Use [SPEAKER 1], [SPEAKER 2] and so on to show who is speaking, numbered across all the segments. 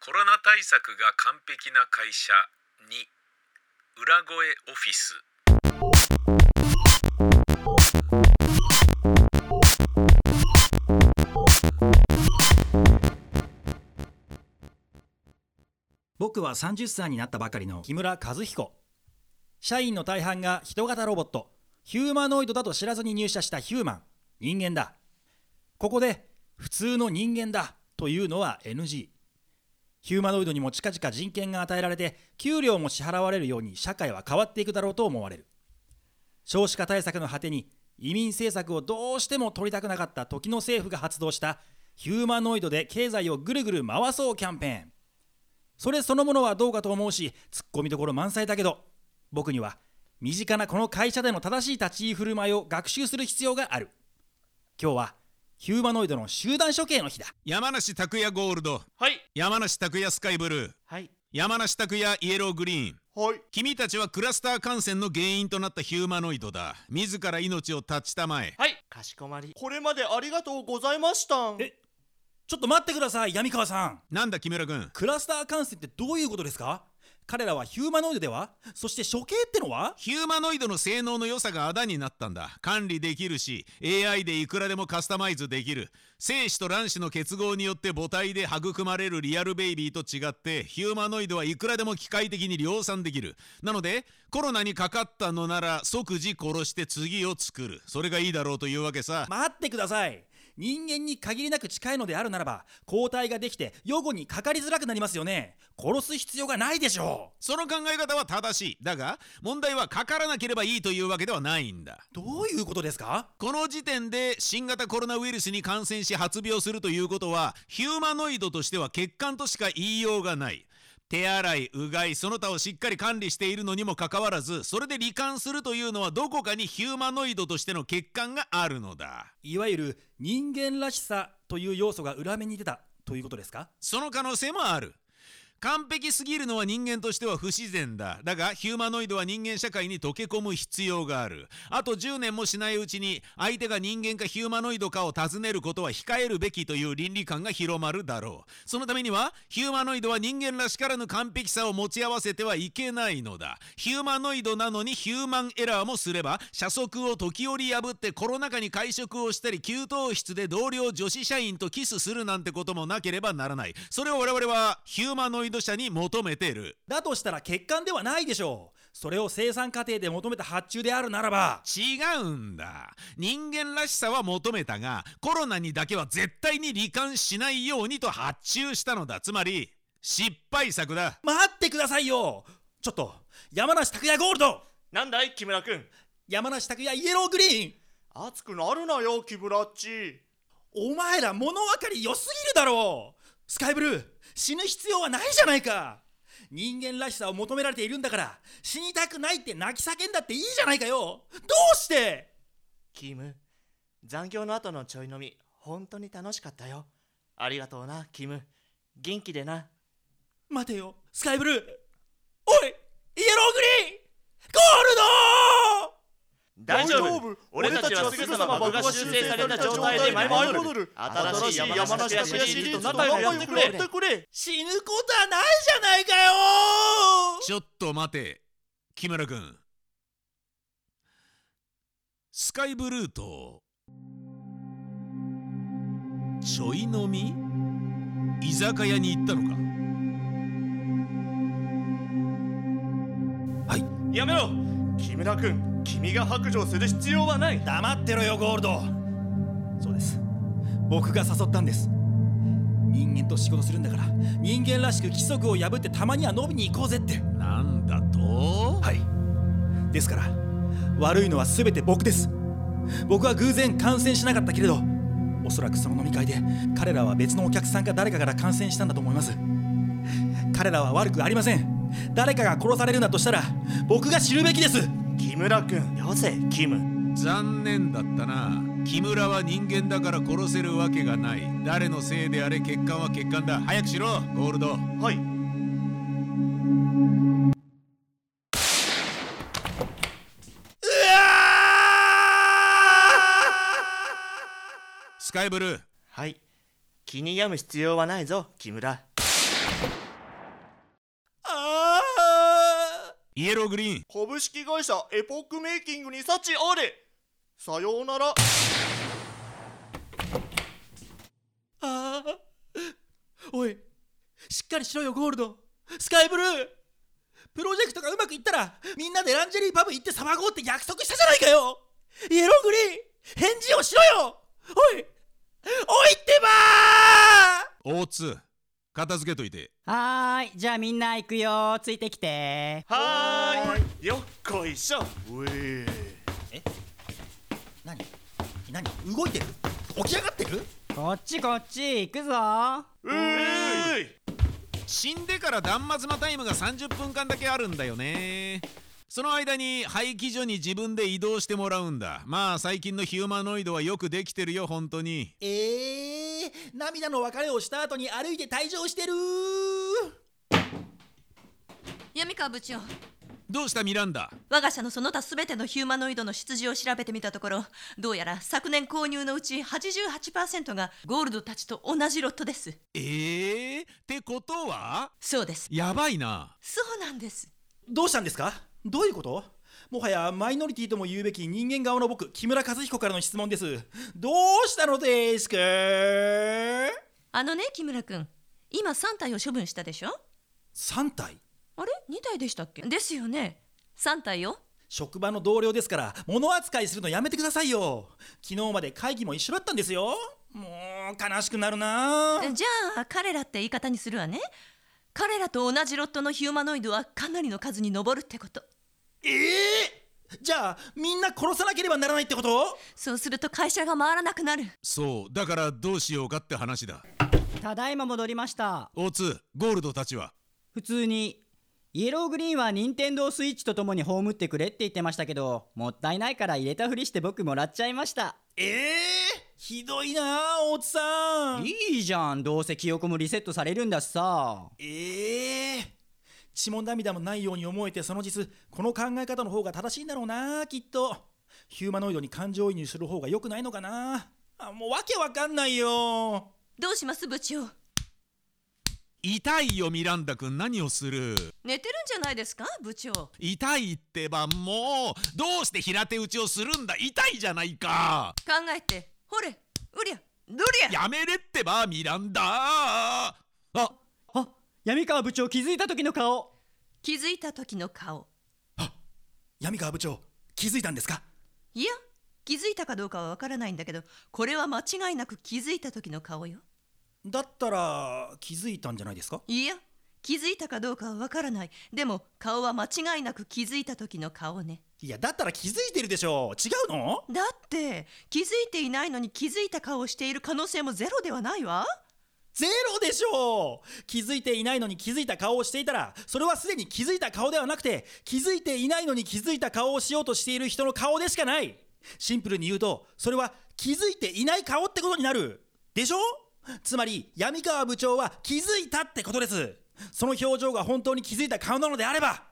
[SPEAKER 1] コロナ対策が完璧な会社に裏声オフィス
[SPEAKER 2] 僕は30歳になったばかりの
[SPEAKER 3] 木村和彦社員の大半が人型ロボットヒューマノイドだと知らずに入社したヒューマン人間だここで普通の人間だというのは NG ヒューマノイドにも近々人権が与えられて給料も支払われるように社会は変わっていくだろうと思われる少子化対策の果てに移民政策をどうしても取りたくなかった時の政府が発動したヒューマノイドで経済をぐるぐる回そうキャンペーンそれそのものはどうかと思うしツッコミどころ満載だけど僕には身近なこの会社での正しい立ち居振る舞いを学習する必要がある今日はヒューマノイドの集団処刑の日だ
[SPEAKER 4] 山梨拓也ゴールド
[SPEAKER 5] はい
[SPEAKER 4] 山梨拓也スカイブルー
[SPEAKER 5] はい
[SPEAKER 4] 山梨拓也イエローグリーン
[SPEAKER 5] はい
[SPEAKER 4] 君たちはクラスター感染の原因となったヒューマノイドだ自ら命を絶ちたまえ
[SPEAKER 5] はいかしこまりこれまでありがとうございましたん
[SPEAKER 2] えちょっと待ってください闇川さん
[SPEAKER 4] なんだ木村君
[SPEAKER 2] クラスター感染ってどういうことですか彼らはヒューマノイドではそして処刑ってのは
[SPEAKER 4] ヒューマノイドの性能の良さがあだになったんだ管理できるし AI でいくらでもカスタマイズできる精子と卵子の結合によって母体で育まれるリアルベイビーと違ってヒューマノイドはいくらでも機械的に量産できるなのでコロナにかかったのなら即時殺して次を作るそれがいいだろうというわけさ
[SPEAKER 2] 待ってください人間に限りなく近いのであるならば抗体ができて予後にかかりづらくなりますよね殺す必要がないでしょ
[SPEAKER 4] その考え方は正しいだが問題はかからなければいいというわけではないんだ
[SPEAKER 2] うどういうことですか
[SPEAKER 4] この時点で新型コロナウイルスに感染し発病するということはヒューマノイドとしては欠陥としか言いようがない手洗いうがいその他をしっかり管理しているのにもかかわらずそれで罹患するというのはどこかにヒューマノイドとしての欠陥があるのだ
[SPEAKER 2] いわゆる人間らしさという要素が裏目に出たということですか
[SPEAKER 4] その可能性もある完璧すぎるのは人間としては不自然だだがヒューマノイドは人間社会に溶け込む必要があるあと10年もしないうちに相手が人間かヒューマノイドかを尋ねることは控えるべきという倫理観が広まるだろうそのためにはヒューマノイドは人間らしからぬ完璧さを持ち合わせてはいけないのだヒューマノイドなのにヒューマンエラーもすれば社則を時折破ってコロナ禍に会食をしたり給湯室で同僚女子社員とキスするなんてこともなければならないそれを我々はヒューマノイド社に求めている
[SPEAKER 2] だとしたら欠陥ではないでしょうそれを生産過程で求めた発注であるならば
[SPEAKER 4] 違うんだ人間らしさは求めたがコロナにだけは絶対に罹患しないようにと発注したのだつまり失敗作だ
[SPEAKER 2] 待ってくださいよちょっと山梨拓也ゴールド
[SPEAKER 5] なんだい木村くん
[SPEAKER 2] 山梨拓也イエローグリーン
[SPEAKER 5] 熱くなるなよ木村っち
[SPEAKER 2] お前ら物分かり良すぎるだろうスカイブルー死ぬ必要はないじゃないか人間らしさを求められているんだから死にたくないって泣き叫んだっていいじゃないかよどうして
[SPEAKER 5] キム残業の後のちょい飲み本当に楽しかったよありがとうなキム元気でな
[SPEAKER 2] 待てよスカイブルーおいイエローグリーンゴールド
[SPEAKER 5] 大丈夫
[SPEAKER 6] 俺たちはすぐさま僕が修正された状態で舞い戻る新しい山梨拓也シリーズと仲良くやってくれ
[SPEAKER 5] くれ
[SPEAKER 2] 死ぬことはないじゃないかよ
[SPEAKER 4] ちょっと待て木村君スカイブルーとちょい飲み居酒屋に行ったのか
[SPEAKER 5] やめろ木村くん君が白状する必要はない
[SPEAKER 2] 黙ってろよゴールドそうです僕が誘ったんです人間と仕事するんだから人間らしく規則を破ってたまには飲みに行こうぜって
[SPEAKER 4] なんだと
[SPEAKER 2] はいですから悪いのは全て僕です僕は偶然感染しなかったけれどおそらくその飲み会で彼らは別のお客さんか誰かから感染したんだと思います彼らは悪くありません誰かが殺されるんだとしたら僕が知るべきです
[SPEAKER 5] 木村くんよせキム
[SPEAKER 4] 残念だったな木村は人間だから殺せるわけがない誰のせいであれ欠陥は欠陥だ早くしろゴールド
[SPEAKER 5] はい
[SPEAKER 4] スカイブルー
[SPEAKER 5] はい気に病む必要はないぞ木村
[SPEAKER 4] イエローグリーン
[SPEAKER 6] 株式会社エポックメイキングに幸あれさようなら
[SPEAKER 2] ああおいしっかりしろよゴールドスカイブループロジェクトがうまくいったらみんなでランジェリーパブ行って騒ごうって約束したじゃないかよイエローグリーン返事をしろよおいおいってば
[SPEAKER 4] 大津片付けといて
[SPEAKER 7] はーいじゃあみんな行くよついてきて
[SPEAKER 6] はーいよっこいしょうえ
[SPEAKER 2] 何何動いてる起き上がってる
[SPEAKER 7] こっちこっち行くぞ
[SPEAKER 6] うーい
[SPEAKER 4] 死んでから断末魔タイムが30分間だけあるんだよねその間に廃棄所に自分で移動してもらうんだまあ最近のヒューマノイドはよくできてるよ本当に
[SPEAKER 2] ええ涙の別れをした後に歩いて退場してる
[SPEAKER 8] 闇川部長
[SPEAKER 4] どうしたミランダ
[SPEAKER 8] 我が社のその他すべてのヒューマノイドの出自を調べてみたところどうやら昨年購入のうち88%がゴールドたちと同じロットです
[SPEAKER 4] ええってことは
[SPEAKER 8] そうです
[SPEAKER 4] やばいな
[SPEAKER 8] そうなんです
[SPEAKER 2] どうしたんですかどういうこともはやマイノリティとも言うべき人間顔の僕木村和彦からの質問ですどうしたのですか
[SPEAKER 8] あのね木村君今3体を処分したでしょ
[SPEAKER 2] 3体
[SPEAKER 8] あれ2体でしたっけですよね3体よ
[SPEAKER 2] 職場の同僚ですから物扱いするのやめてくださいよ昨日まで会議も一緒だったんですよもう悲しくなるな
[SPEAKER 8] じゃあ彼らって言い方にするわね彼らと同じロットのヒューマノイドはかなりの数に上るってこと
[SPEAKER 2] ええじゃあみんな殺さなければならないってこと
[SPEAKER 8] そうすると会社が回らなくなる
[SPEAKER 4] そうだからどうしようかって話だ
[SPEAKER 7] ただいま戻りました
[SPEAKER 4] 大津ゴールドたちは
[SPEAKER 7] 普通にイエローグリーンは任天堂スイッチとともに葬ってくれって言ってましたけどもったいないから入れたふりして僕もらっちゃいました
[SPEAKER 2] ええひどいな大津さん
[SPEAKER 7] いいじゃんどうせ記憶もリセットされるんだしさ
[SPEAKER 2] ええ血も涙もないように思えてその実この考え方の方が正しいんだろうなきっとヒューマノイドに感情移入する方が良くないのかなあもうわけわかんないよ
[SPEAKER 8] どうします部長
[SPEAKER 4] 痛いよミランダ君何をする
[SPEAKER 8] 寝てるんじゃないですか部長
[SPEAKER 4] 痛いってばもうどうして平手打ちをするんだ痛いじゃないか
[SPEAKER 8] 考えてほれうりゃどりゃ
[SPEAKER 4] やめれってばミランダあ
[SPEAKER 7] あ闇川部長気づいた時の顔
[SPEAKER 8] 気づいた時の顔
[SPEAKER 2] 闇川部長気づいたんですか
[SPEAKER 8] いや気づいたかどうかはわからないんだけどこれは間違いなく気づいた時の顔よ
[SPEAKER 2] だったら気づいたんじゃないですか
[SPEAKER 8] いや気づいたかどうかはわからないでも顔は間違いなく気づいた時の顔ね
[SPEAKER 2] いやだったら気づいてるでしょ違うの
[SPEAKER 8] だって気づいていないのに気づいた顔をしている可能性もゼロではないわ
[SPEAKER 2] ゼロでしょう気づいていないのに気づいた顔をしていたらそれはすでに気づいた顔ではなくて気づいていないのに気づいた顔をしようとしている人の顔でしかないシンプルに言うとそれは気づいていない顔ってことになるでしょつまり闇川部長は気づいたってことですその表情が本当に気づいた顔なのであれば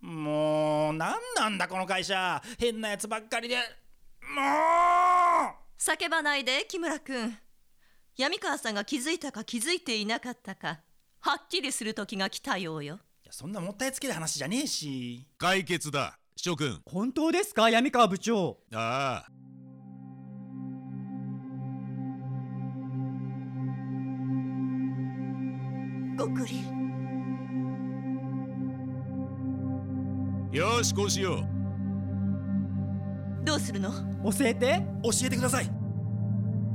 [SPEAKER 2] もう何なんだこの会社変なやつばっかりでもう
[SPEAKER 8] 叫ばないで木村君闇川さんが気づいたか気づいていなかったかはっきりする時が来たようよ
[SPEAKER 2] いやそんなもったいつける話じゃねえし
[SPEAKER 4] 解決だ諸君
[SPEAKER 7] 本当ですか闇川部長
[SPEAKER 4] ああ
[SPEAKER 8] ごくり
[SPEAKER 4] よしこうしよう
[SPEAKER 8] どうするの
[SPEAKER 7] 教えて
[SPEAKER 2] 教えてください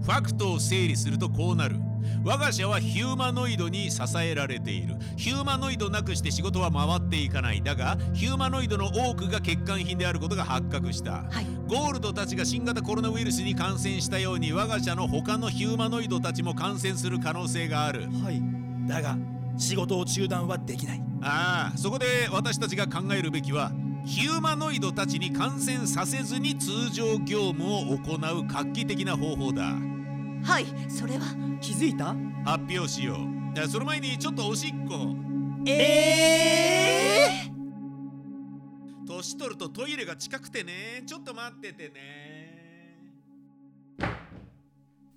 [SPEAKER 4] ファクトを整理するとこうなる我が社はヒューマノイドに支えられているヒューマノイドなくして仕事は回っていかないだがヒューマノイドの多くが欠陥品であることが発覚した、
[SPEAKER 8] はい
[SPEAKER 4] ゴールドたちが新型コロナウイルスに感染したように我が社の他のヒューマノイドたちも感染する可能性がある
[SPEAKER 2] はいだが仕事を中断はできない
[SPEAKER 4] ああそこで私たちが考えるべきはヒューマノイドたちに感染させずに通常業務を行う画期的な方法だ
[SPEAKER 8] はいそれは
[SPEAKER 7] 気づいた
[SPEAKER 4] 発表しようじゃあその前にちょっとおしっこ年取るとトイレが近くてねちょっと待っててね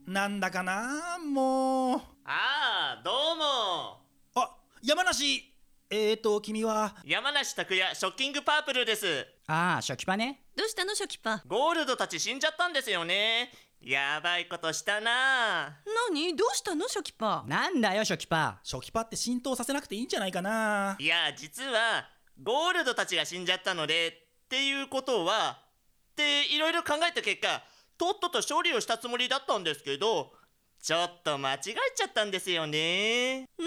[SPEAKER 2] なんだかなもう
[SPEAKER 6] ああどうも
[SPEAKER 2] あ山梨えーと、君は、
[SPEAKER 5] 山梨拓也ショッキングパープルです
[SPEAKER 7] ああ、初期パね。
[SPEAKER 8] どうしたのショキパ
[SPEAKER 5] ゴールドたち死んじゃったんですよねやばいことしたな
[SPEAKER 8] 何どうしたのショキパ
[SPEAKER 7] なんだよ、初期パ
[SPEAKER 2] 初期パって浸透させなくていいんじゃないかな
[SPEAKER 5] ぁいや実はゴールドたちが死んじゃったのでっていうことはっていろいろ考えた結果とっとと処理をしたつもりだったんですけどちょっと間違えちゃったんですよね
[SPEAKER 8] なん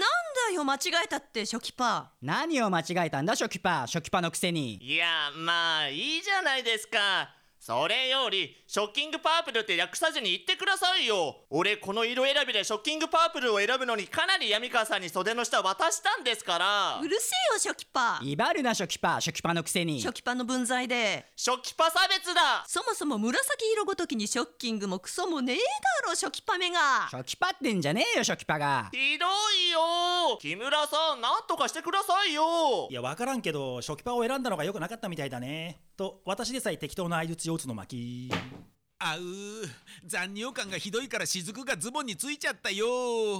[SPEAKER 8] だよ間違えたってショキパ
[SPEAKER 7] 何を間違えたんだ、初期パ初期パのくせに。
[SPEAKER 5] いやまあいいじゃないですかそれよりショッキングパープルって略さずに言ってくださいよ俺この色選びでショッキングパープルを選ぶのにかなり闇川さんに袖の下渡したんですから
[SPEAKER 8] うるせえよショキパ
[SPEAKER 7] 威張るな、初期パ初期パのくせに
[SPEAKER 8] ショ。キパの分際で
[SPEAKER 5] ショキパ差別だ
[SPEAKER 8] そもそも紫色ごときにショッキングもクソもねえだろショキパめが
[SPEAKER 7] 初期パってんじゃねえよ、初期パが。
[SPEAKER 5] ひどいよ木村さんなんとかしてくださいよ
[SPEAKER 2] いや、わからんけど、初期パを選んだのが良くなかったみたいだね。と、私でさえ適当な相槌を打つの巻。
[SPEAKER 4] あう残尿感がひどいから雫がズボンについちゃったよ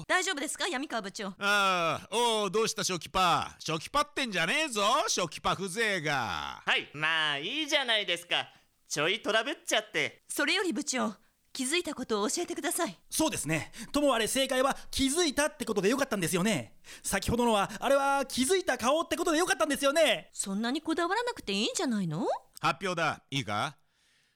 [SPEAKER 8] 大丈夫ですか闇川部長
[SPEAKER 4] ああおうどうした初期パ初期パってんじゃねえぞ初期パ風情が
[SPEAKER 5] はいまあいいじゃないですかちょいトラブっちゃって
[SPEAKER 8] それより部長気づいたことを教えてください
[SPEAKER 2] そうですね。ともあれ正解は気づいたってことで良かったんですよね。先ほどのは、あれは気づいた顔ってことで良かったんですよね。
[SPEAKER 8] そんなにこだわらなくていいんじゃないの
[SPEAKER 4] 発表だいいか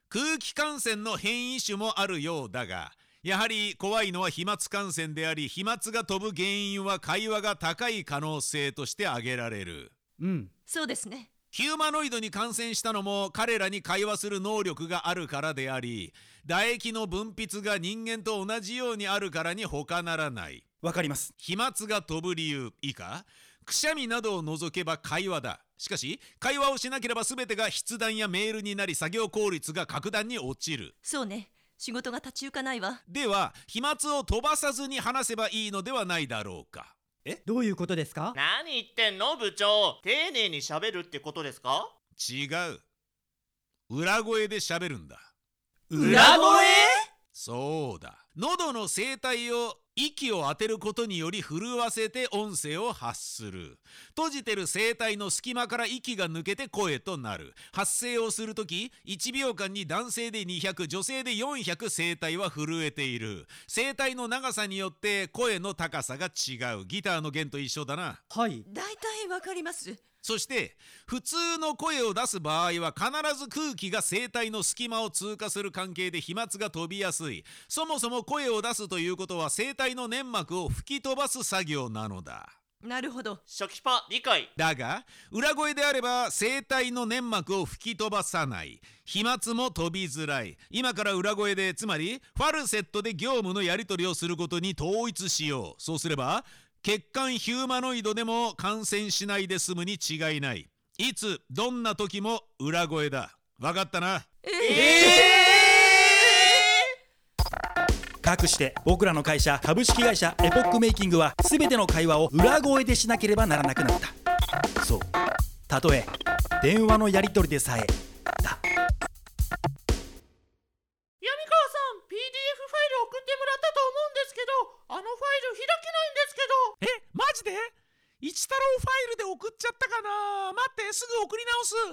[SPEAKER 4] 空気感染の変異種もあるようだがやはり怖いのは飛沫感染であり飛沫が飛ぶ原因は会話が高い可能性として挙げられる
[SPEAKER 7] うん。
[SPEAKER 8] そうですね
[SPEAKER 4] ヒューマノイドに感染したのも彼らに会話する能力があるからであり唾液の分泌が人間と同じようにあるからに他ならない
[SPEAKER 2] わかります。
[SPEAKER 4] 飛沫が飛ぶ理由以下くしゃみなどを除けば会話だしかし会話をしなければ全てが筆談やメールになり作業効率が格段に落ちる
[SPEAKER 8] そうね仕事が立ち行かないわ
[SPEAKER 4] では飛沫を飛ばさずに話せばいいのではないだろうか
[SPEAKER 7] どういうことですか
[SPEAKER 5] 何言ってんの部長丁寧に喋るってことですか
[SPEAKER 4] 違う裏声で喋るんだ
[SPEAKER 7] 裏声
[SPEAKER 4] そうだ喉の声帯を息を当てることにより震わせて音声を発する閉じてる声帯の隙間から息が抜けて声となる発声をするとき1秒間に男性で200女性で400声帯は震えている声帯の長さによって声の高さが違うギターの弦と一緒だな
[SPEAKER 7] はい。
[SPEAKER 8] だいたいわかります
[SPEAKER 4] そして普通の声を出す場合は必ず空気が声帯の隙間を通過する関係で飛沫が飛びやすいそもそも声を出すということは声帯の粘膜を吹き飛ばす作業なのだ
[SPEAKER 8] なるほど
[SPEAKER 5] 初期パ理解
[SPEAKER 4] だが裏声であれば声帯の粘膜を吹き飛ばさない飛沫も飛びづらい今から裏声でつまりファルセットで業務のやり取りをすることに統一しようそうすれば血管ヒューマノイドでも感染しないで済むに違いないいつどんな時も裏声だわかったな
[SPEAKER 2] かくして僕らの会社株式会社エポックメイキングは全ての会話を裏声でしなければならなくなったそうたとえ電話のやり取りでさえだ
[SPEAKER 6] 闇川さん PDF ファイル送ってもらったと思うんですけどあのファイル開けないんですけど
[SPEAKER 4] えマジで一太郎ファイルで送っちゃったかな待ってすぐ送り直す
[SPEAKER 6] お願い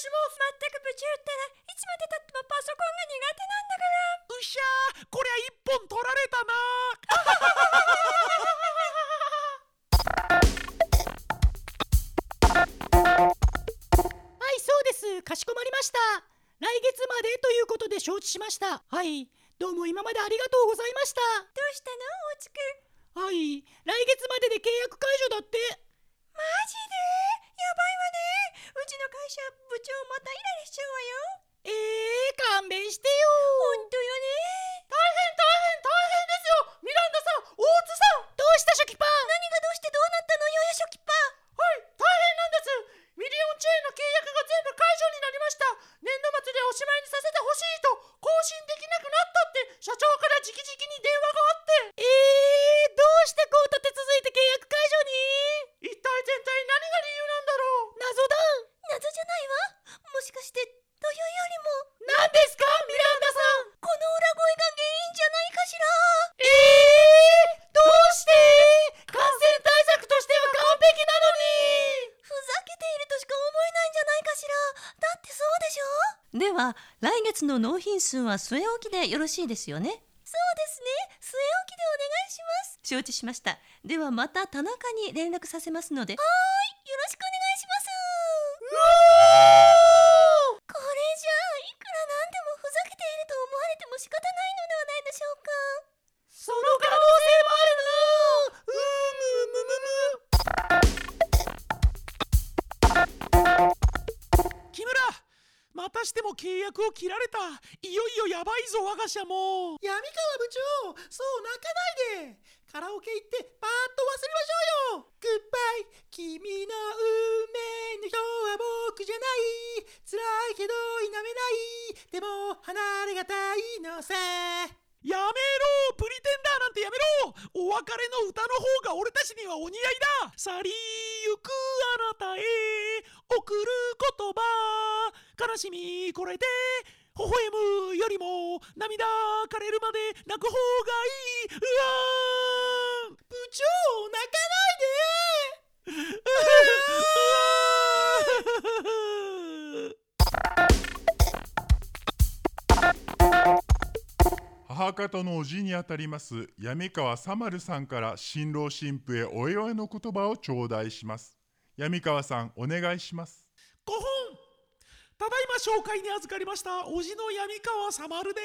[SPEAKER 6] します全く部長ったらいつまでたってもパソコンが
[SPEAKER 4] うしゃ
[SPEAKER 6] 苦手なんだから
[SPEAKER 4] ーこりゃ一本取られたな
[SPEAKER 9] はい、そうです。かしこまりました。来月までということで承知しました。はい、どうも今までありがとうございました。どうしたの、おうちくん。はい、来月までで契約解除だって。マジでやばいわね。うちの会社、部長またイライラしちゃうわよ。えー、勘弁してよ。本当よね。大変大変大変ですよ。ミランダさん、大津さん。どうした、ショキパー。何がどうしてどうなったのよ、ショキパー。はい、大変なんですミリオンチェーンの契約が全部解除になりました年度末でおしまいにさせてほしいと更新できなくなったって社長から直々に電話があってえー、どうしてこうたって続いて契約解除に
[SPEAKER 8] では来月の納品数は据え置きでよろしいですよねそうですね据え置きでお願いします承知しましたではまた田中に連絡させますのではーいよろしくお願いしますこれじゃいくらなんでもふざけていると思われても仕方ないのではないでしょうか
[SPEAKER 2] その可能性もあるなうーむむむむ
[SPEAKER 4] 木村またしても契約を切られたいよいよやばいぞ我が社も
[SPEAKER 2] 闇川部長そう泣かないでカラオケ行ってパーッと忘れましょうよグッバイ君の運命の人は僕じゃない辛いけど否めないでも離れがたいのさ
[SPEAKER 4] やめろプリテンダーなんてやめろお別れの歌の方が俺たちにはお似合いだ去りゆくあなたへ送る言葉悲しみこらえて微笑むよりも涙枯れるまで泣く方がいいう
[SPEAKER 2] 部
[SPEAKER 4] わー
[SPEAKER 2] 長泣かないで
[SPEAKER 10] 母方のおじにあたります闇川さまるさんから新郎新婦へお祝いの言葉を頂戴します闇川さんお願いします
[SPEAKER 4] 5本ただいま紹介に預かりましたおじの闇川さまるで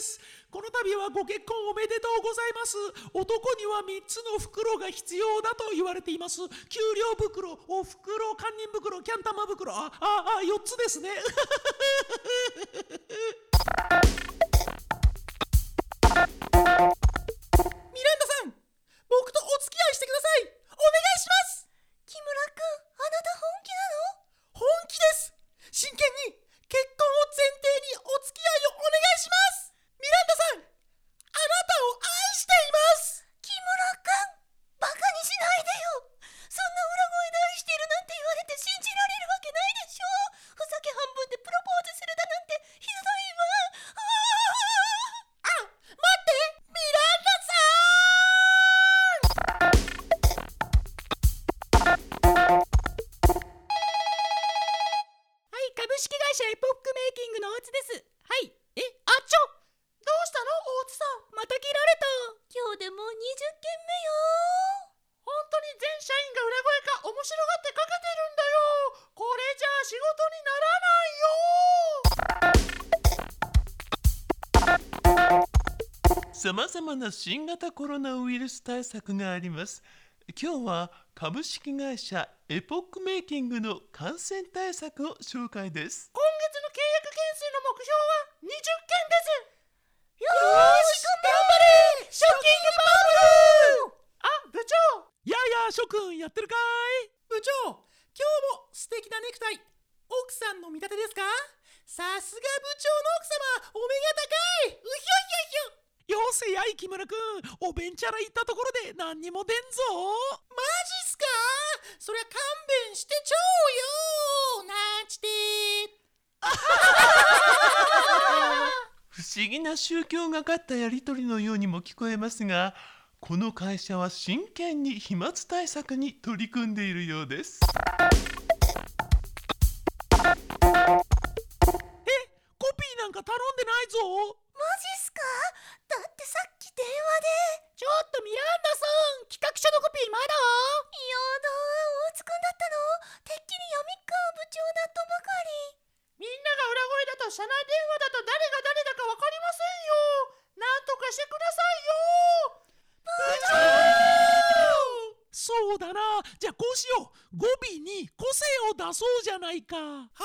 [SPEAKER 4] すこの度はご結婚おめでとうございます男には3つの袋が必要だと言われています給料袋お袋堪忍袋キャン玉袋あああ4つですね
[SPEAKER 2] ミランダさん僕とお付き合いしてくださいお願いします
[SPEAKER 8] 木村くんあなた本気な
[SPEAKER 2] 本
[SPEAKER 8] の
[SPEAKER 2] 気です真剣に結婚を前提にお付き合いをお願いしますミランダさんあなたを愛しています
[SPEAKER 8] 木村くんバカにしないでよそんな裏声で愛してるなんて言われて信じられるわけないでしょふざけ半分でプロポーズするだなんてひどいわ
[SPEAKER 2] あ
[SPEAKER 8] あー
[SPEAKER 2] 待ってミランダさんはい株式会社エポックメイキングの大津ですはいえあちょどうしたの大津さんまた切られた
[SPEAKER 8] 今日でもう20件目よ
[SPEAKER 2] 本当に全社員が裏声か面白がってかけてるんだよこれじゃあ仕事にならないよ
[SPEAKER 11] さまざまな新型コロナウイルス対策があります今日は株式会社エポックメイキングの感染対策を紹介です
[SPEAKER 2] 今月の契約件数の目標は20件ですよし頑張れショッキングバブルあ部長
[SPEAKER 4] やあやあ諸君やってるかい
[SPEAKER 2] 部長今日も素敵なネクタイ奥さんの見立てですかさすが部長の奥様お目が高いうひょひょひょ
[SPEAKER 4] よせやい木村君おべんちゃら行ったところで何にも出んぞ
[SPEAKER 2] マジっすかそりゃ勘弁してちょうよなんちて
[SPEAKER 11] 不思議な宗教がかったやり取りのようにも聞こえますがこの会社は真剣に飛沫対策に取り組んでいるようです
[SPEAKER 4] コピーなんか頼んでないぞ
[SPEAKER 8] マジっすかだってさっき電話で
[SPEAKER 2] ちょっとミランダさん企画書のコピーまだ
[SPEAKER 8] やだ大津くんだったのてっきり闇川部長だとばかり
[SPEAKER 2] みんなが裏声だと社内電話だと誰が誰だかわかりませんよなんとかしてくださいよ
[SPEAKER 4] そうだなじゃあこうしよう語尾に個性を出そうじゃないかは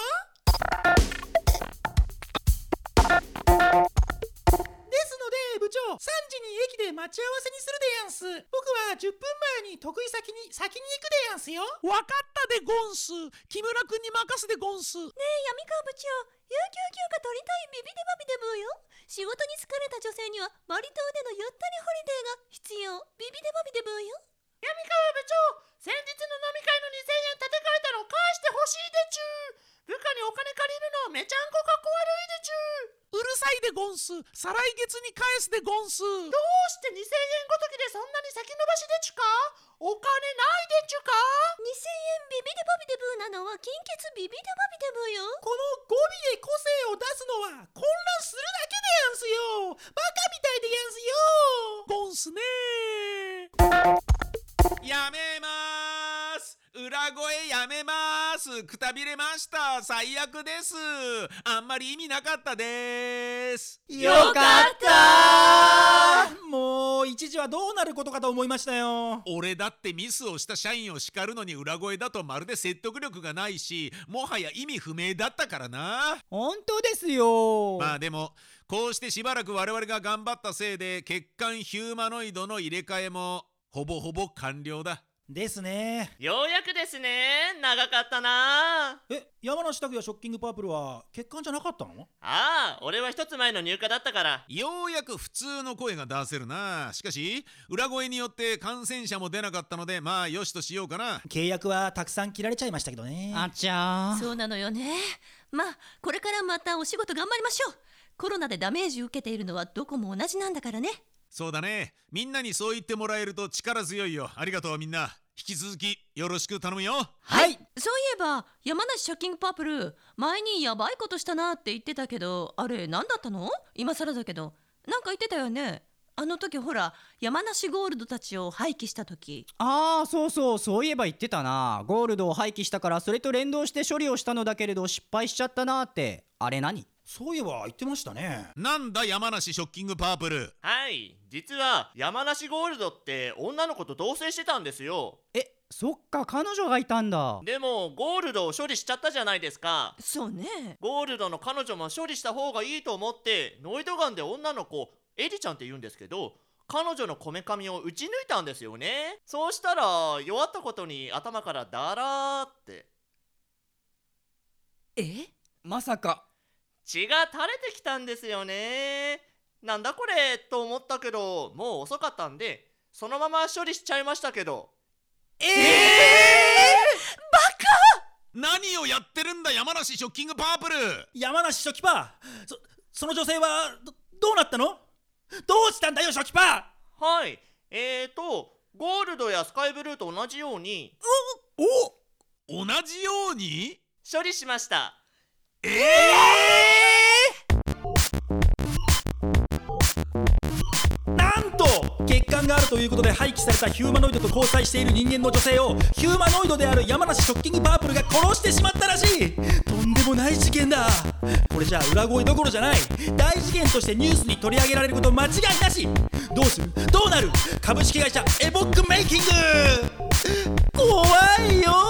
[SPEAKER 2] ですので部長3時に駅で待ち合わせにするでやんす僕は10分前に得意先に先に行くでやんすよ
[SPEAKER 4] わかったでゴンス木村君に任せでゴンス
[SPEAKER 8] ねえ闇川部長有給休暇取りたいビビデバビデブーよ仕事に疲れた女性には割と腕のゆったりホリデーが必要ビビデバビデブーよ
[SPEAKER 2] 闇川部長先日の飲み会の2000円立て替えたの返してほしいでちゅ部下にお金借りるのめちゃんこかっこ悪いでちゅ
[SPEAKER 4] うるさいでゴンス再来月に返すでゴンス
[SPEAKER 2] どうして2000円ごときでそんなに先延ばしでちゅかお金ないでちゅか
[SPEAKER 8] 2000円ビビデバビデブーなのは金欠ビビデバビデブよ
[SPEAKER 12] この語尾で個性を出すのは混乱するだけでやんすよバカみたいでやんすよゴンスね
[SPEAKER 4] やめます裏声やめますくたびれました最悪ですあんまり意味なかったです
[SPEAKER 13] よかった
[SPEAKER 2] もう一時はどうなることかと思いましたよ
[SPEAKER 4] 俺だってミスをした社員を叱るのに裏声だとまるで説得力がないしもはや意味不明だったからな
[SPEAKER 9] 本当ですよ
[SPEAKER 4] まあでもこうしてしばらく我々が頑張ったせいで血管ヒューマノイドの入れ替えもほぼほぼ完了だ
[SPEAKER 2] ですね
[SPEAKER 5] ようやくですね長かったな
[SPEAKER 2] え山梨拓也ショッキングパープルは欠陥じゃなかったの
[SPEAKER 5] ああ俺は一つ前の入荷だったから
[SPEAKER 4] ようやく普通の声が出せるなしかし裏声によって感染者も出なかったのでまあよしとしようかな
[SPEAKER 2] 契約はたくさん切られちゃいましたけどね
[SPEAKER 9] あちゃ
[SPEAKER 8] そうなのよねまあこれからまたお仕事頑張りましょうコロナでダメージ受けているのはどこも同じなんだからね
[SPEAKER 4] そうだねみんなにそう言ってもらえると力強いよありがとうみんな引き続きよろしく頼むよ
[SPEAKER 8] はいそういえば山梨ショッキングパープル前にやばいことしたなって言ってたけどあれ何だったの今更だけどなんか言ってたよねあの時ほら山梨ゴールドたちを廃棄した時
[SPEAKER 9] ああそうそうそういえば言ってたなゴールドを廃棄したからそれと連動して処理をしたのだけれど失敗しちゃったなってあれ何
[SPEAKER 2] そういえば言ってましたね
[SPEAKER 4] なんだ山梨ショッキングパープル
[SPEAKER 5] はい実は山梨ゴールドって女の子と同棲してたんですよ
[SPEAKER 9] えそっか彼女がいたんだ
[SPEAKER 5] でもゴールドを処理しちゃったじゃないですか
[SPEAKER 8] そうね
[SPEAKER 5] ゴールドの彼女も処理した方がいいと思ってノイドガンで女の子エリちゃんって言うんですけど彼女のこめかみを打ち抜いたんですよねそうしたら弱ったことに頭からダラーって
[SPEAKER 8] え
[SPEAKER 13] まさか
[SPEAKER 5] 血が垂れてきたんですよねなんだこれと思ったけどもう遅かったんでそのまま処理しちゃいましたけど
[SPEAKER 8] えー、え
[SPEAKER 4] ー、バカ何をやってるんだ山梨ショッキングパープル
[SPEAKER 2] 山梨ショキパーそその女性はどどうなったのどうしたんだよショキパ
[SPEAKER 5] ーはいえーとゴールドやスカイブルーと同じように
[SPEAKER 4] おお同じように
[SPEAKER 5] 処理しました
[SPEAKER 4] え
[SPEAKER 2] ー、なんと欠陥があるということで廃棄されたヒューマノイドと交際している人間の女性をヒューマノイドである山梨ショッキングパープルが殺してしまったらしいとんでもない事件だこれじゃ裏声どころじゃない大事件としてニュースに取り上げられること間違いなしどうするどうなる株式会社エボックメイキング怖いよ